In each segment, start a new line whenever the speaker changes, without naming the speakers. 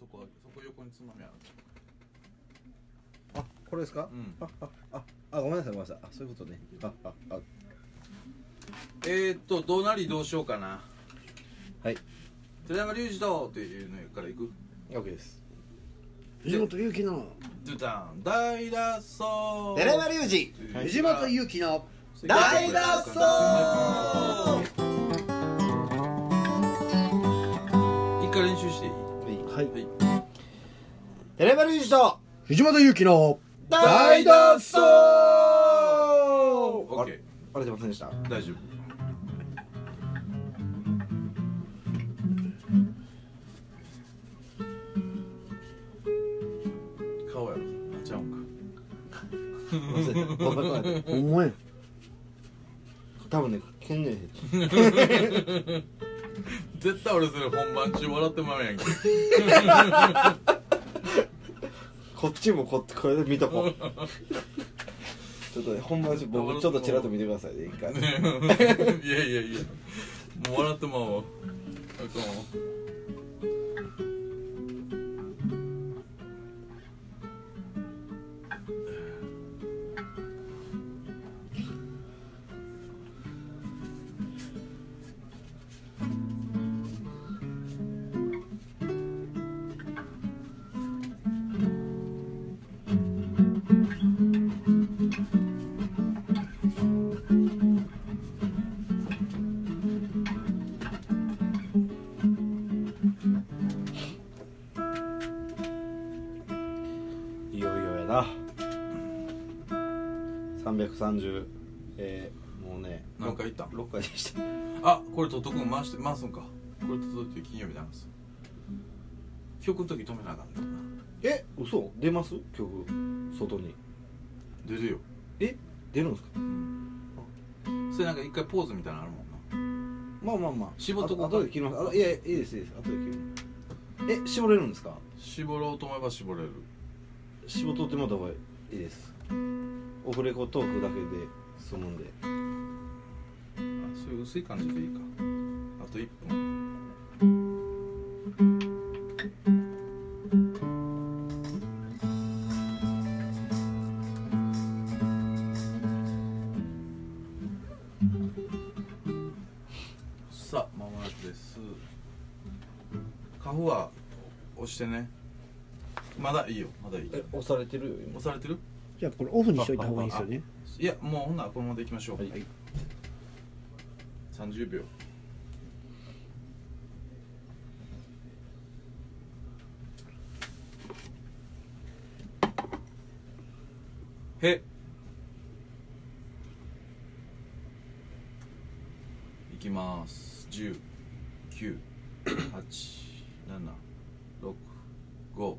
こそこ横につまみある
あこれですか、
うん
ああああごめんなさいごめんなさいあそういうことねあああ
えー、っとどうなりどうしようかな
はい
寺山隆二とっていうのからいく
OK です
藤本勇樹の
ドゥタン大脱走
寺山隆
は
二
い
藤本勇樹の
大
大
脱走
脱走
一回練習していい
はい
はい
寺山隆二と藤本勇樹の
大脱走
オ
オッケ
あれ出ませんでした
ー大丈夫顔やろあちゃうんか
お前
多分ねけんねん
絶対俺それ本番中笑ってまうやん け
こっちもここれで見と こうちょっとね本番中僕ちょっとちらっと見てくださいね一回
ねいやいやいやもう笑ってまうわあかんわ
いよいよやな330えー、もうね
何回言った
6回でした
あこれとっとくん回して回すんかこれ届いて金曜日なんです曲の時止めなあかんねんな
え嘘出ます曲外に
出るよ
え出るんですか
それなんか一回ポーズみたいなのあるもんな
まあまあまあ
絞っとこうか
あ後で切りますあいやいやいいですいいです後で切るえ絞れるんですか
絞ろうと思えば絞れる
絞っとってもらった方がいいですオフレコトークだけで済むんで
あそういう薄い感じでいいかあと1分さあまもなくですカフは押してねまだいいよまだいい
え押されてるよ今
押されてる
じゃあこれオフにしといた方がいいですよね
いやもうほんならこのままでいきましょう、
はい
30秒へいきます1 0 9 8 7 6 5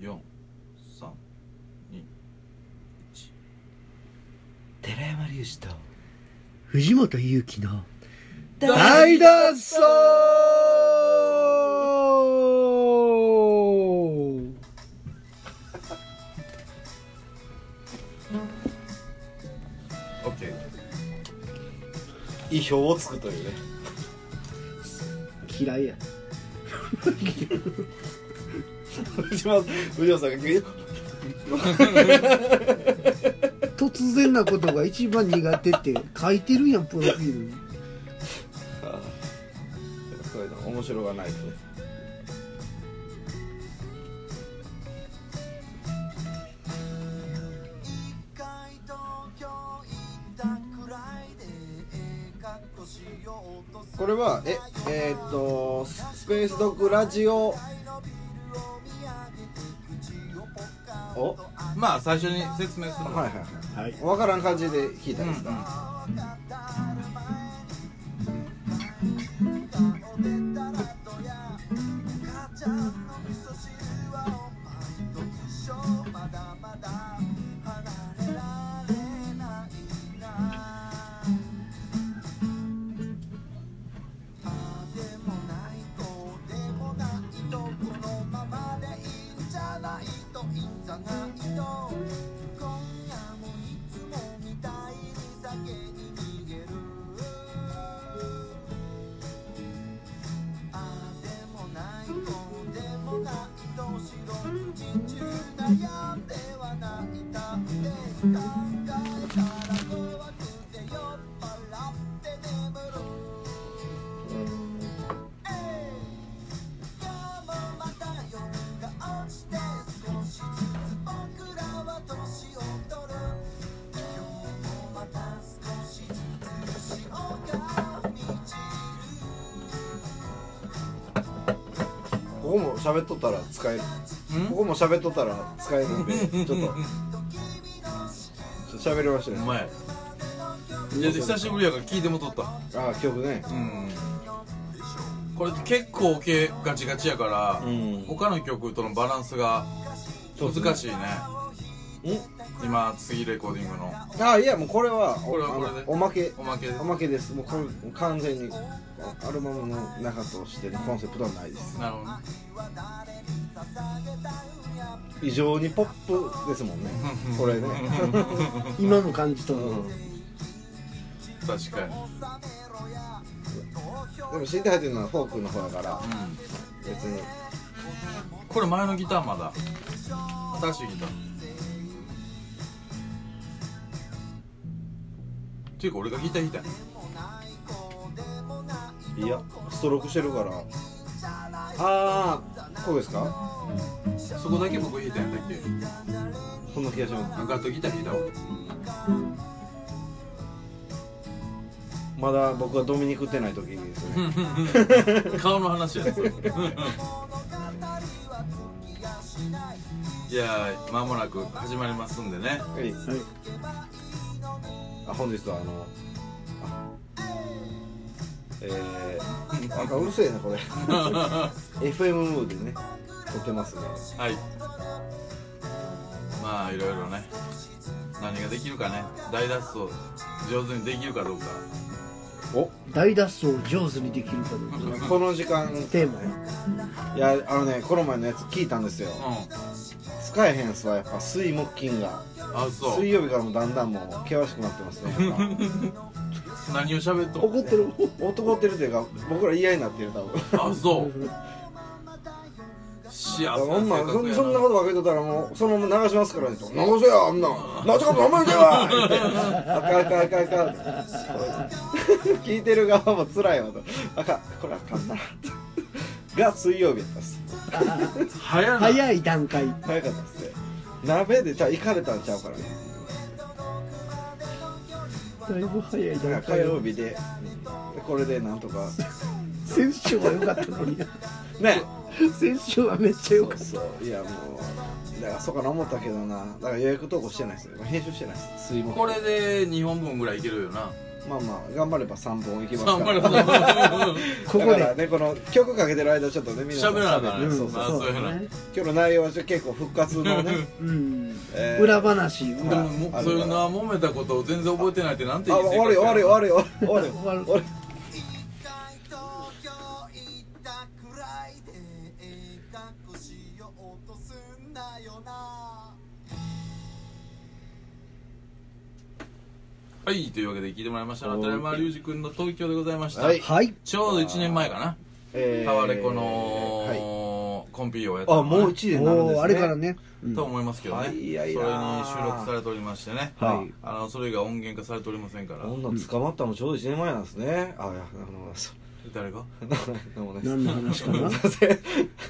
4 3 2 1
寺山隆二と
藤本勇樹の
大
脱走
オッケー
意表をつくというね
嫌いや
藤本藤本さんが急に
突然なことが一番苦手って書いてるやんプロフィールに
ああそういうの面白がないと
一回東京行ったくらいでええ格好しようとする
これはええーっとスペースドッグラジオお
まあ最初に説明する
はいはい
は
はい
い
分からん感じで聞いたんですか、
今夜もいつもみたいに酒に
こも喋っとったら使える
ん
ここも喋っとったら使える んでちょっとちょっと喋りました
う
ね
まいいや久しぶりやから聞いてもとった
ああ曲ね
うんこれ結構オケガチガチやから、
うん
他の曲とのバランスが難しいね
ん
今次レコーディングの
ああいやもうこれはお
これはこれで
あのおまけ
おまけで
おまけですもうこんもう完全にあアルバムの中としてのコンセプトはないです
なるほどね
異常にポップですも んねこれね
今の感じと、
うん
確かに
でも CD 入ってるのはフォークの方だから
うん
別に
これ前のギターまだ新しいギターっていうか俺がギター弾いたんや
いやストロークしてるからああこうですか
そこだけ僕弾いたんやったっけ
そんな気がします
あガットギター弾いた俺
まだ僕はドミニクってない時ですね
顔の話 やついやー間もなく始まりますんでね
はい
はい、
あ本日はあのあえー、なんかうるせえなこれ FM ムーでね撮ってますね
はいまあいろいろね何ができるかね大脱走上手にできるかどうか
お
大脱走を上手にできるかどうか
この時間
テーマや
いやあのねこの前のやつ聞いたんですよ
う
使えへんっすわやっぱ水木金が
んあそう
水曜日からもだんだんもう険しくなってますねやっ
何を喋っとん
怒ってる
ぱ男ってるというか僕ら嫌になってる多分
あ そう幸せな性
ほんまそ
格
ん
や
そん
な
なこと分けとったらもうそのまま流しますからねと流せやあんなん流しことあんまりいけわあかんあかんあかんあかん聞いてる側も辛いわとあかんこれあかんなが水曜日やったっす
早いな
早い段階
早かったっすね鍋でじゃあ行かれたんちゃうからね
だいぶ早い
だから
段
火
階
曜日ででこれでなんとか
先週は良かった のにな
ね
先週はめっちゃ良
そ
か
う
っ
そういやもうだからそうかな思ったけどなだから予約投稿してないですよ編集してないです水木
これで2本分ぐらいいけるよな
まあまあ頑張れば3本いきますから
頑張れ頑張
た
こ
こ
こ
こ
で
で
ねこの曲かけてる間ちょっとねみんな
喋らなあかんね
喋る
う
そ
ん
う
ま
そ
あ
う
そうやな
ね
今日の内容は結構復活のね
うん
えー
裏話
れでも
裏
もうそういうな揉めたことを全然覚えてないってなんて
あ
いい性格
悪い
やな
悪い悪い悪い悪い
終わる
悪い
はいというわけで聞いてもらいましたのは寺山隆二君の東京でございました、
はい
はい
ちょうど1年前かな
えー
タワレコ
はい
のコンピをやった
あ
のかな
もう1年になるんです
もう
ね
あれからねうん
と思いますけどね、
早い
そ
な
れに
あ
収録されておりましてね、
はい
あのそれが音源化されておりませんから
女捕まったのちょうど1年前なんですねあいやなんもないです
誰 が
なんもないです
何の話かな
すいません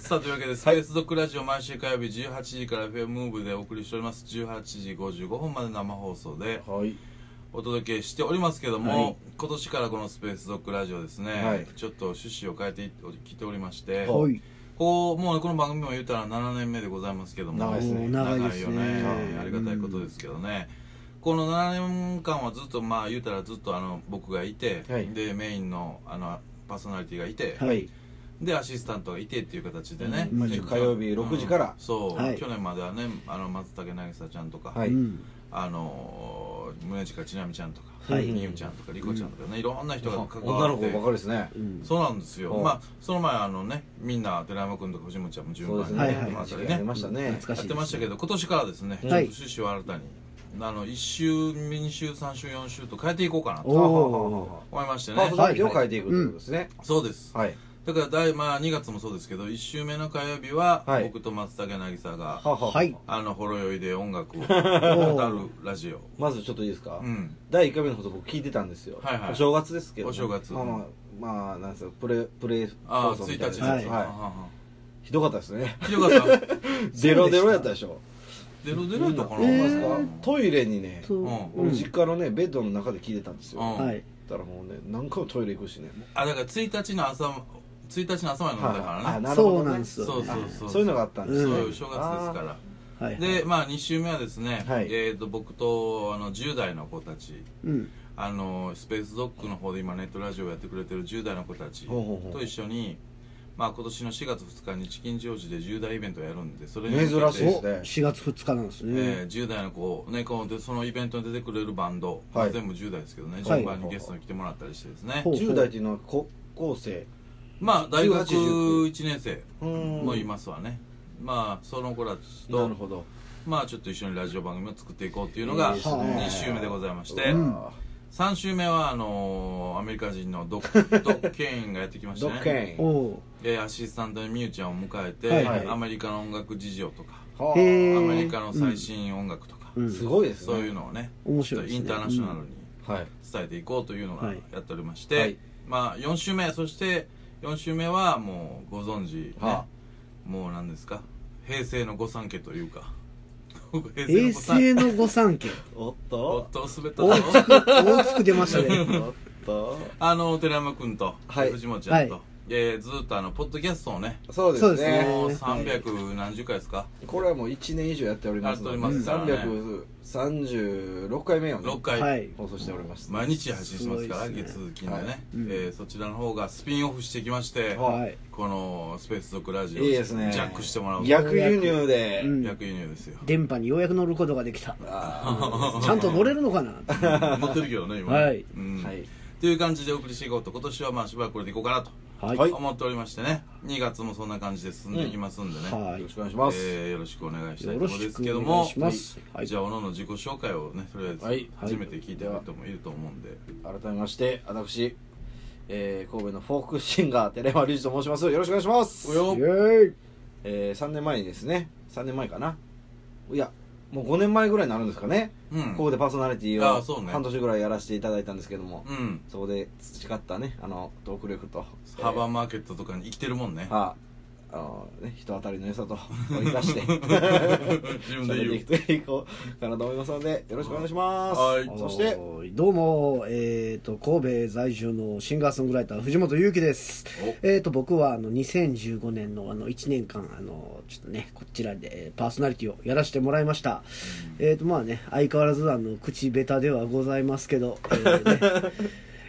さあというわけでスペースドッグラジオ毎週火曜日18時から FM ムーブでお送りしております18時55分まで生放送で
はい
お届けしておりますけども、
はい
今年からこのスペースドッグラジオですね、
はい
ちょっと趣旨を変えてきておりまして、
は
はい
こうもうこの番組も言うたら7年目でございますけども
長いですね
お長いですね
長いよ
う
ね
ん
ありがたいことですけどね、この7年間はずっとまあ言うたらずっとあの僕がいて、
はい
でメインのあのパーソナリティがいて、
はい
でアシスタントがいてっていう形でね、
うん毎週火曜日6時から
うんそう、
はい
去年まではねあの松竹渚ちゃんとか、
はいう
あのー宗近ちなみちゃんとか、
はい
みゆちゃんとかりこちゃんとかね、いろんな人が関
女
わ
の
っ
子
て
ばかりですね
ん
そうなんですよ、
うん
まあその前あのねみんな寺山君とか藤本ちゃんも順
そうで
番
す
に
ね
は
や
い
って
はい
もらったりね、
やりましたね
懐か
や
し
って
いで
ますしたけど今年からですね、ちょっと
はい
趣旨を新たにあの1週2週3週4週と変えていこうかな
お
と
お
思いまして
パーソ
ね
ナリティを変えていくということですね
そうです
はい
だから第、まあ、2月もそうですけど1週目の火曜日は、
はい
僕と松竹渚が
はは
はい
あのほろ酔いで音 楽を語るラジオ
まずちょっといいですか、
うん
第1回目のこと僕聞いてたんですよ、
はいはい
お正月ですけど、
お正月
まあまあ、まあ、なんですよプレプレ
ああ
放送
1
みたいな
日です
やつ
はい
はいひどかったです ね
ひどかった
ゼロゼロやったでしょ
デロデロやったかな、
え
思いま
ー
すかトイレにね
そ
う
うう
僕
ん
実家のねベッドの中で聞いてたんですよ、
うん
だ
はい
からもうね何回もトイレ行くしね
あだから1日の朝1日の朝まで飲んだからね、
あなるほどね
そうなんですよ、ね、
そうそうそう
そういうのがあったんです
そう
ね
いう正月ですから
はいはい
でまあ2週目はですね、
はい
えー、と僕とあの10代の子たち
うん
あのスペースドッグの方で今ネットラジオをやってくれてる10代の子たち
ほうほうほう
と一緒にまあ今年の4月2日にチキンジョージで10代イベントをやるんでそれに向けて
珍しいです
お
ね
4月2日なんですね、
えー10代の子、ね、このそのイベントに出てくれるバンド、
はい
まあ全部10代ですけどね順番にゲストに来てもらったりしてですね、
ほう
10代っていうのは高校生
まあ大学
18
1年生
うん
もいますわね、まあその子たち
なる
と
ほど
まあちょっと一緒にラジオ番組を作っていこうっていうのが
いいですね
2週目でございまして、
うん
3週目はあのーアメリカ人のド ッドッケインがやってきまし
ド
て
ッ
ね
ケイン
おう
えーアシスタントにミュウちゃんを迎えて、
はい
はい
アメリカの音楽事情とか
はあ
へ
ア
えー
メリカの最新音楽とか、
うん
すごいですね
そういうのをね
面
ちょ
白
っ
い
と
ですね
インターナショナルに
はい
伝えていこうというのが
はい
やっておりまして、
はい
まあ4週目そして4週目はもうご存知、ね
は
もう何ですか平成の御三家というか平
うん衛星
家
の御 三家
おっ
おっ
と
と滑ったぞ
大きく大きく出ましたね
おっと
あの寺山君と、
はい
藤本ちゃんと、
はい
えーずっとあのポッドキャストをね
そうで
そ
す
うです
ね
ね
もう300何十回ですか、
これはもう1年以上やっておりますので
やっておりますからね
336回目をね
6回、
はい
放送しております
毎日配信してますから
すごいです
月
ね
金でね、
はい
うん
えーそちらの方がスピンオフしてきまして、
はい
はい
このスペース族ラ
い
ジオ
いですね
ジャックしてもらう
逆輸入で
うん
逆輸入ですよ
電波にようやく乗ることができ た
あ
ちゃんと乗れるのかな
持ってるけどね今ね
はい
うん
ーはい
という感じでお送りしていこうと今年はまあしばらくこれでいこうかなと
はい
はい
思っておりましてね2月もそんな感じで進んでいきますんでね、
は
よ
い
ろしくお願いします
えーよろしくお願いしたい
よ
とこ
ろ
ろで
し
す
く
けど
お
も
願いしますはい
じゃあおのの自己紹介をねとりあえず、
はい
初めて聞いてる人もいると思うんで、
改めまして私えー神戸のフォークシンガー寺山隆二と申しますよろしくお願いします
およ
イエーイ
えー3年前にですね3年前かないやもう5年前ぐらいになるんですかね、
うん
ここでパーソナリティ
ああ
を
そうね
半年ぐらいやらせていただいたんですけども、
うん
そこで培ったねあのトーク力と
ハーバーマーケットとかに生きてるもんね、
ああのね、人当たりの良さと 生かして
自分で
喋
言
っ
う
ていくといこうかなと思いますのでよろしくお願いします、
はい
そして
はいどうも、えー、と神戸在住のシンガーソングライター藤本勇樹です
お、
えー、と僕はあの2015年のあの1年間あのちょっとねこちらでえーパーソナリティをやらせてもらいました、えー、とまあね相変わらずあの口下手ではございますけど、えー ね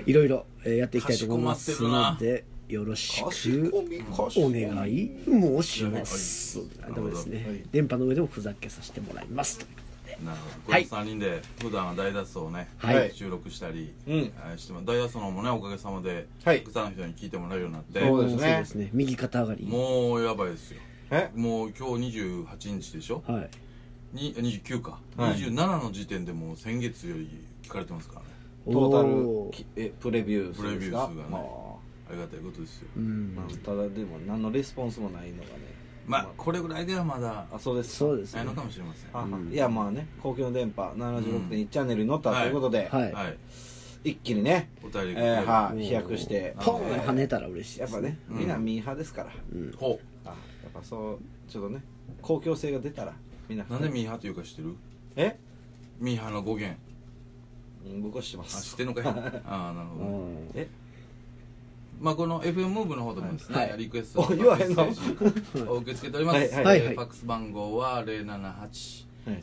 いろいろえーやっていきたいと思いますのでよろし
かし
く
こみかしこ
お
み
願い申します
はい
ダメですね、
はい
電波の上でもふざけさせてもらいますということで
なるほどこ
は
れ
い
3人で普段は大脱走をね、
はい
収録したり、
うん
あしても大脱走の方もねおかげさまで、
はい
たくさんの人に聞いてもらえるようになって
そうですね
そうですね右肩上がり
もうやばいですよ
え
もう今日28日でしょ
はい
に29か、
はい
27の時点でもう先月より聞かれてますからね
トー
お
タルきえプレビュー数で
プレ
すか
ビュー数がね
まあ
ありがたいことですよ、
うん
まあただでも何のレスポンスもないのがね
まあこれぐらいではまだ
あそうです
そうです
な
ね
いのかもしれません
あ
は、
はいやまあね公共の電波76.1チャンネルに乗ったということで、
はいい
一気にね、
お便り
え
くれ
ー
る
は
う
い
ん
飛躍して
ポン
えー
跳ねたら嬉しい
や
で
っ
す
ぱね
うん
みんなミーハーですから、
うん
ほ
あやっぱそうちょっとね公共性が出たらみんな
うなんでミーハーというか知ってる
え
ミーハーの語源
うん僕は知ってま
あ知っ
す
てんのかいああなるほ
う
ど、
ん
え
まあ、この FM ムーブの方でもですね、
はい
リクエスト
お言わへんの
メッセージを受け付けております、
はいはい
はい
えーファックス番号は
はい
078-334-2761、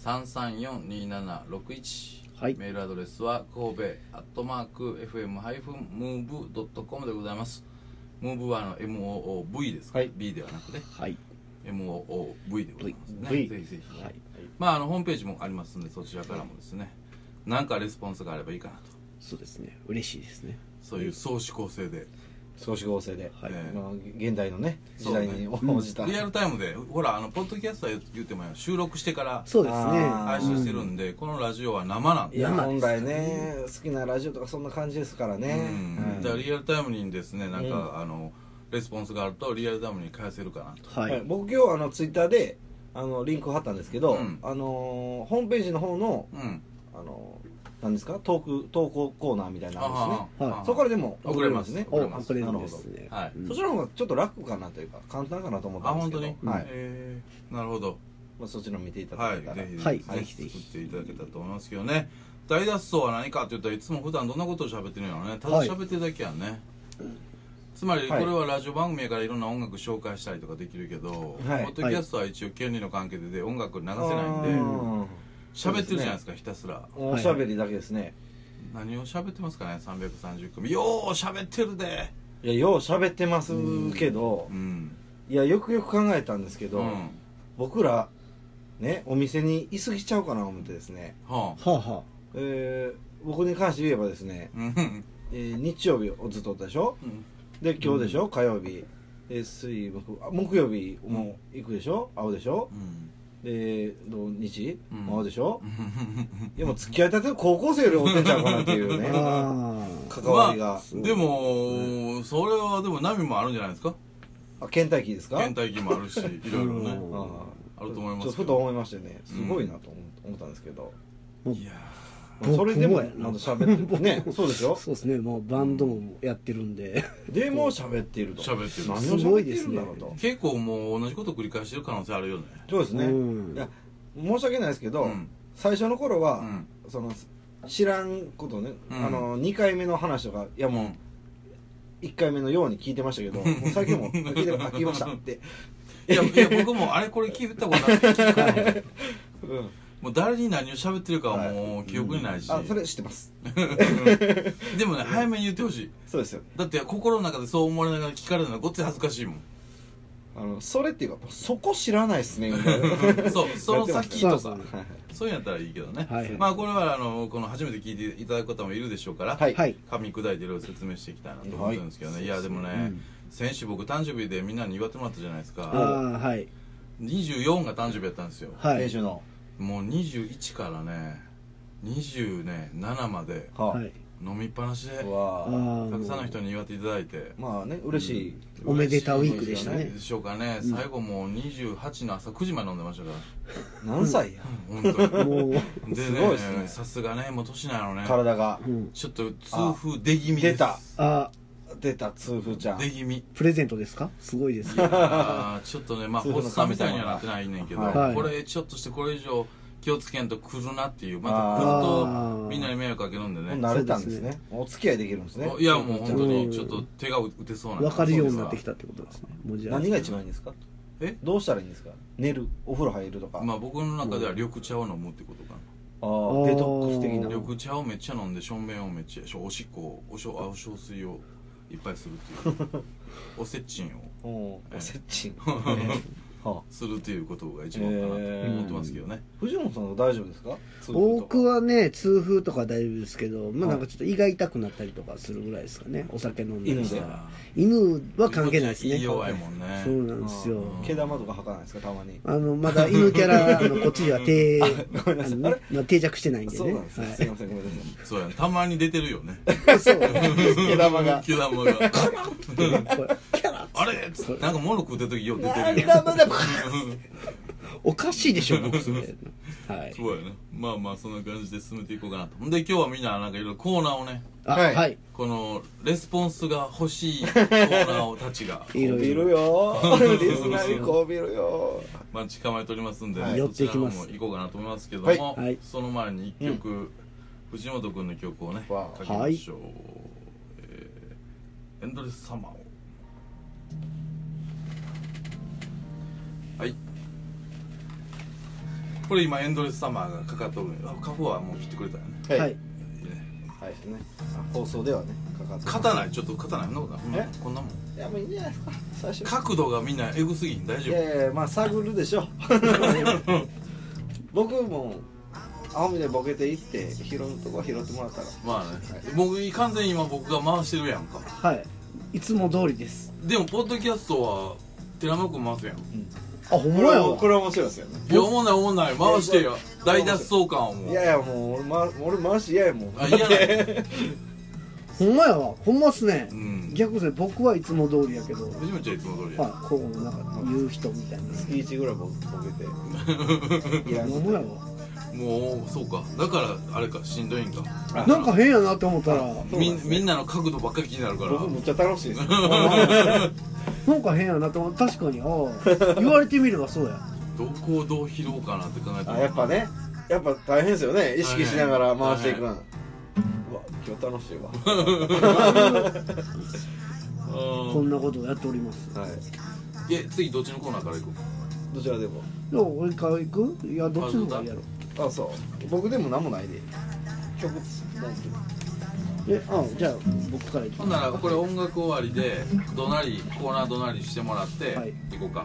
はい
メールアドレスは神戸アットマーク FM-move.com でございますムーブはあの MOOV ですか、
はい
B ではなくね
はい
MOOV でございますね、
V
ぜひぜひ、
はい
まああのホームページもありますんでそちらからもですねなんかレスポンスがあればいいかなと
そうですね嬉しいですね
そういう相思構成で
少し合成で、
はい
え
まあ現代のね時代に
そ
応じた、
リアルタイムでほらあのポッドキャストは言っても収録してから
そうですね
あ
配信してるんで、このラジオは生なん
い
で、
や
生
本
ですね
来ね好きなラジオとかそんな感じですからね、
うん、だから
はい
リアルタイムにですねなんか、
うん
あのレスポンスがあるとリアルタイムに返せるかなと
はい、
はい僕今日あのツイッターであのリンクを貼ったんですけど、
うん
あのーホームページの方の
うん
あのーなんですかトーク投稿コーナーみたいなのあるんですね
あ
はい
ああ
そこからでも
送れます
送れますね
送
お
れ
あ
ます
これるんですね
はい
うん
そちらの方がちょっと楽かなというか簡単かなと思っ
あ
たんで
本
すけ
当
ど
に、
はい
えーなるほど
まあ、そっちの見ていただ
はい
けたら、
ぜひ
はい
ぜ
ぜ
ひ
ひぜ
ね作
ひ
っていただけたらと思いますけどね大脱走は何かって言ったらいつも普段どんなことを喋ってるのやろねただ喋ってるだけやんね、つまりこ
はい
れはラジオ番組やからいろんな音楽紹介したりとかできるけど、
はい
ポッドキャストは一応権利の関係で音楽流せないんで
うん
喋ってるじゃないですかひたすら
おしゃべりだけですね、
何を喋ってますかね330組よう喋ってるで
い、やよう喋ってますけど
う、ん
いやよくよく考えたんですけど、
うん
僕らねお店に居すぎちゃうかな思ってですね、
はあ
はあは
えー僕に関して言えばですね、
うん
えー日曜日をずっとおったでしょ
うん
で今日でしょ、火曜日で水木あ木曜日も行くでしょ会うでしょ
うん
で土日、
うん
会うでしょ、でも付き合いたての高校生よりおってんちゃうかなっていうね
ああ
関わ
ま
りが
あ、でもそれはでも波もあるんじゃないですか
あ倦怠期ですか
倦怠期もあるしいろいろね
あー
あると思います
ちょ
けど
っとふと思いましてねすごいなと思思ったんですけど、
いや
僕も
それでも
やな
まだ 喋ってるねそうでし
ー
ょ
そうですねもうバンドもやってるんで、
でも喋っていると
喋ってる
何を喋っているんだろうと、
ー結構もう同じこと繰り返してる可能性あるよね
そうですね、
うん
いや申し訳ないですけど、
うん
最初の頃は、
うん
その知らんことね、
うん
あの2回目の話とかいやもう
うん
1回目のように聞いてましたけど、もう最近も聞いてるあ聞きましたって、
いやいや僕もあれこれ聞いたことあって聞いたことない
うん
もう誰に何を喋ってるかはもう記憶にないし、
あそれ知ってます
でもね早めに言ってほしい
そうですよ
だって心の中でそう思われながら聞かれるのはごっつい恥ずかしいもん
あのそれっていうかそこ知らないっすねみた いな
そうその先と
そ
か
うです
そういうんやったらいいけどね、
はい
まあこれはあのこの初めて聞いていただく方もいるでしょうから、
はい
はい
噛み砕いていろいろ説明していきたいなと思ってるんですけどね、、
はいい
やでもね、
うん
先週僕誕生日でみんなに祝ってもらったじゃないです
あ
か
あはい
24が誕生日やったんですよ
は
練
い
習の、
もう21からね27まで
は
はい
飲みっぱなしでた
う
く
わ
あ
あ
ー
さんの人に祝っていただいて
まあね嬉しい、
おめでたウィークでしたね
でしょうかね、最後もう28の朝9時まで飲んでましたか
何歳や、
ら本当に
もう、
です
ごいっす
ね
ね
さすがねもう年なのね
体が
うん、
ちょっと痛風出気味です
出た
あ
出た痛風ちゃん
出気味
プレゼントですかすごいですね
あーちょっとねまあ
痛風
発
の神様
作みたいにはなってないねんけど、
はい
これちょっとしてこれ以上気をつけんと来るなっていうまた
あ
来る
ー
とみんなに迷惑かけるんで
もう
ね
慣れたんです
そうで
ねお付き合いできるんですね
いやもう本当
うん
にちょっと手が打てそうな
分かるようになってきたってことですねもうじゃあ
何が一番いいんですか
え
どうしたらいいんですか寝るお風呂入るとか、
まあ僕の中では緑茶を飲むってことか
あーデトックス的
う
なん
な緑茶をめっちゃ飲んでしょんべんをめっちゃしょおしっこをおしょあお小水をいっぱいするっていうおせちんを
おおせっ ちんはあ
するっていうことが一番かなと思ってますけどね、
藤本さんは大丈夫ですか
僕
は
はね痛風とか大丈夫ですけどまあなんかちょっと胃が痛くなったりとかするぐらいですかねお酒飲んだりしたら犬は関係ないですね
犬弱いもんね
そうなんですよ
毛玉とか吐かないですかたまに
あのまだ犬キャラあのこっちでは定
ごめんなさい
あのねまあ定着してないんで
そう
ね
なんですよ、すいませんごめんなさ
そうやんたまに出てるよね
はいそう
い毛玉 が
毛玉が
これ
あれなんか物食うてる時よう出てるよ
ダメだ
おかしいでしょ僕それはい
そうやねまあまあそんな感じで進めていこうかなとほんで今日はみんななんかいろいろコーナーをね
あ
はい
はい
このレスポンスが欲しいコーナーをたちが
いろ
ビ
いろ
ルよ リスナーにこうビルよ
待ち構えておりますんで、ね
はい
そちらの方
寄
も
って
行こうかなと思いますけども、
はい
はい
その前に一曲、藤本君の曲をね
わ
か
あ
けましょう、えーエンドレスサマー」をはいこれ今エンドレスサマーがかかっとるんやあカフはもう切ってくれたよね
はい、は
はい
い
い
いね
ですねあ放送ではねかかって
勝たないちょっと勝たないのこんな
え
こんなもん
いやもういいんじゃないですか最初
角度がみんなエグすぎん大
い
丈夫
やいやまあ探るでしょ 僕も青みでボケていって拾うとこは拾ってもらったら
まあね僕完全に今僕が回してるやんか
はいいつも通りです
でもポッドキャストは寺間君回すやんい
あほん
こ
ま
れ
や
は
わ
これは面白いですよね
やおもんないおもんない回してよ
いや
大脱走感をも
いうやいやもう俺,、ま、俺回し嫌やもん
あ嫌なんや
ほんまやわほんまっすね
うん
逆ですね僕はいつも通りやけど
藤本ちゃんいつも通りや
まあこうなんか言う人みたいな
月1ぐらいボボケ ていや
ほんまやわ
もうそうかだからあれかしんどいんか
なんか変やなって思ったら
そうな
み
んですね
みんなの角度ばっかり気になるから
僕むっちゃ楽しい です
なんか変やなって思った確かにああ言われてみればそうや
どこをどう拾おうかなって考えて
あやっぱねやっぱ大変ですよね意識しながら回していくの
大
うわ今日楽しいわ
こんなことをやっております
はい
え次どっちのコーナーから行こう
どちらでも
でも俺から行くいやどっちの方がいいやろ
あそう僕でも何もないで曲なんですけど
えあじゃあ僕から行き
ほ
ま
ん
す
ならこれ音楽終わりでどなりコーナーどなりしてもらって
はい
行こうか、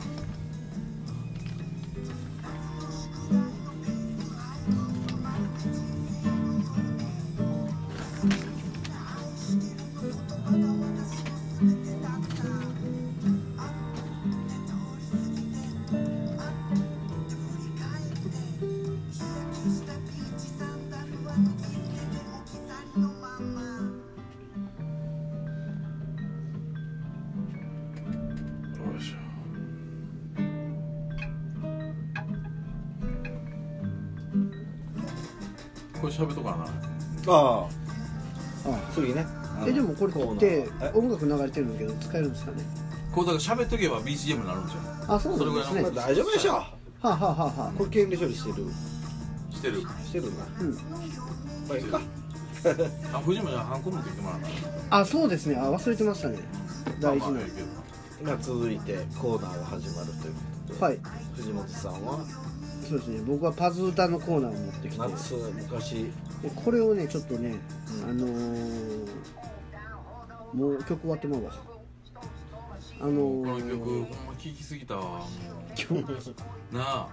よいしょこれ喋っとかな
あ
あ
あ次ね
えでもこれ
コーナー
って
え
音楽流れてるんだけど使えるんですかね
こうだから喋っとけば BGM になるんじゃ
あそうなんです
それぐら
ね
い
ま
の
あ大丈夫でしょ
はあ、はあはあは
これ権利処理してる
んしてる
あしてるな
あうん、
まあいいか
あ藤本ちゃんハンコ持ってきてもらった
あそうですねあ忘れてましたね大事な、
まあまあいいけど
まあ続いてコーナーが始まるということで、
はい
藤本さんは
そうですね僕はパズ歌のコーナーを持ってきて
夏昔
でこれをねちょっとね、
うん
あのー、もう曲終わってまうわあの
この曲ほん
ー、
ま聴きすぎたわも
今日
うなあ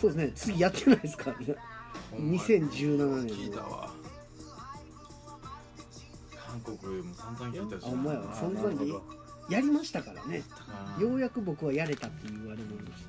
そうですね次やってないですからね
ほんまに
2017
聞い
年
た
の
わ韓国も散々聞いたし
あお前はそんなにやりましたからね
だからな
ようやく僕はやれたっていうあれもありまし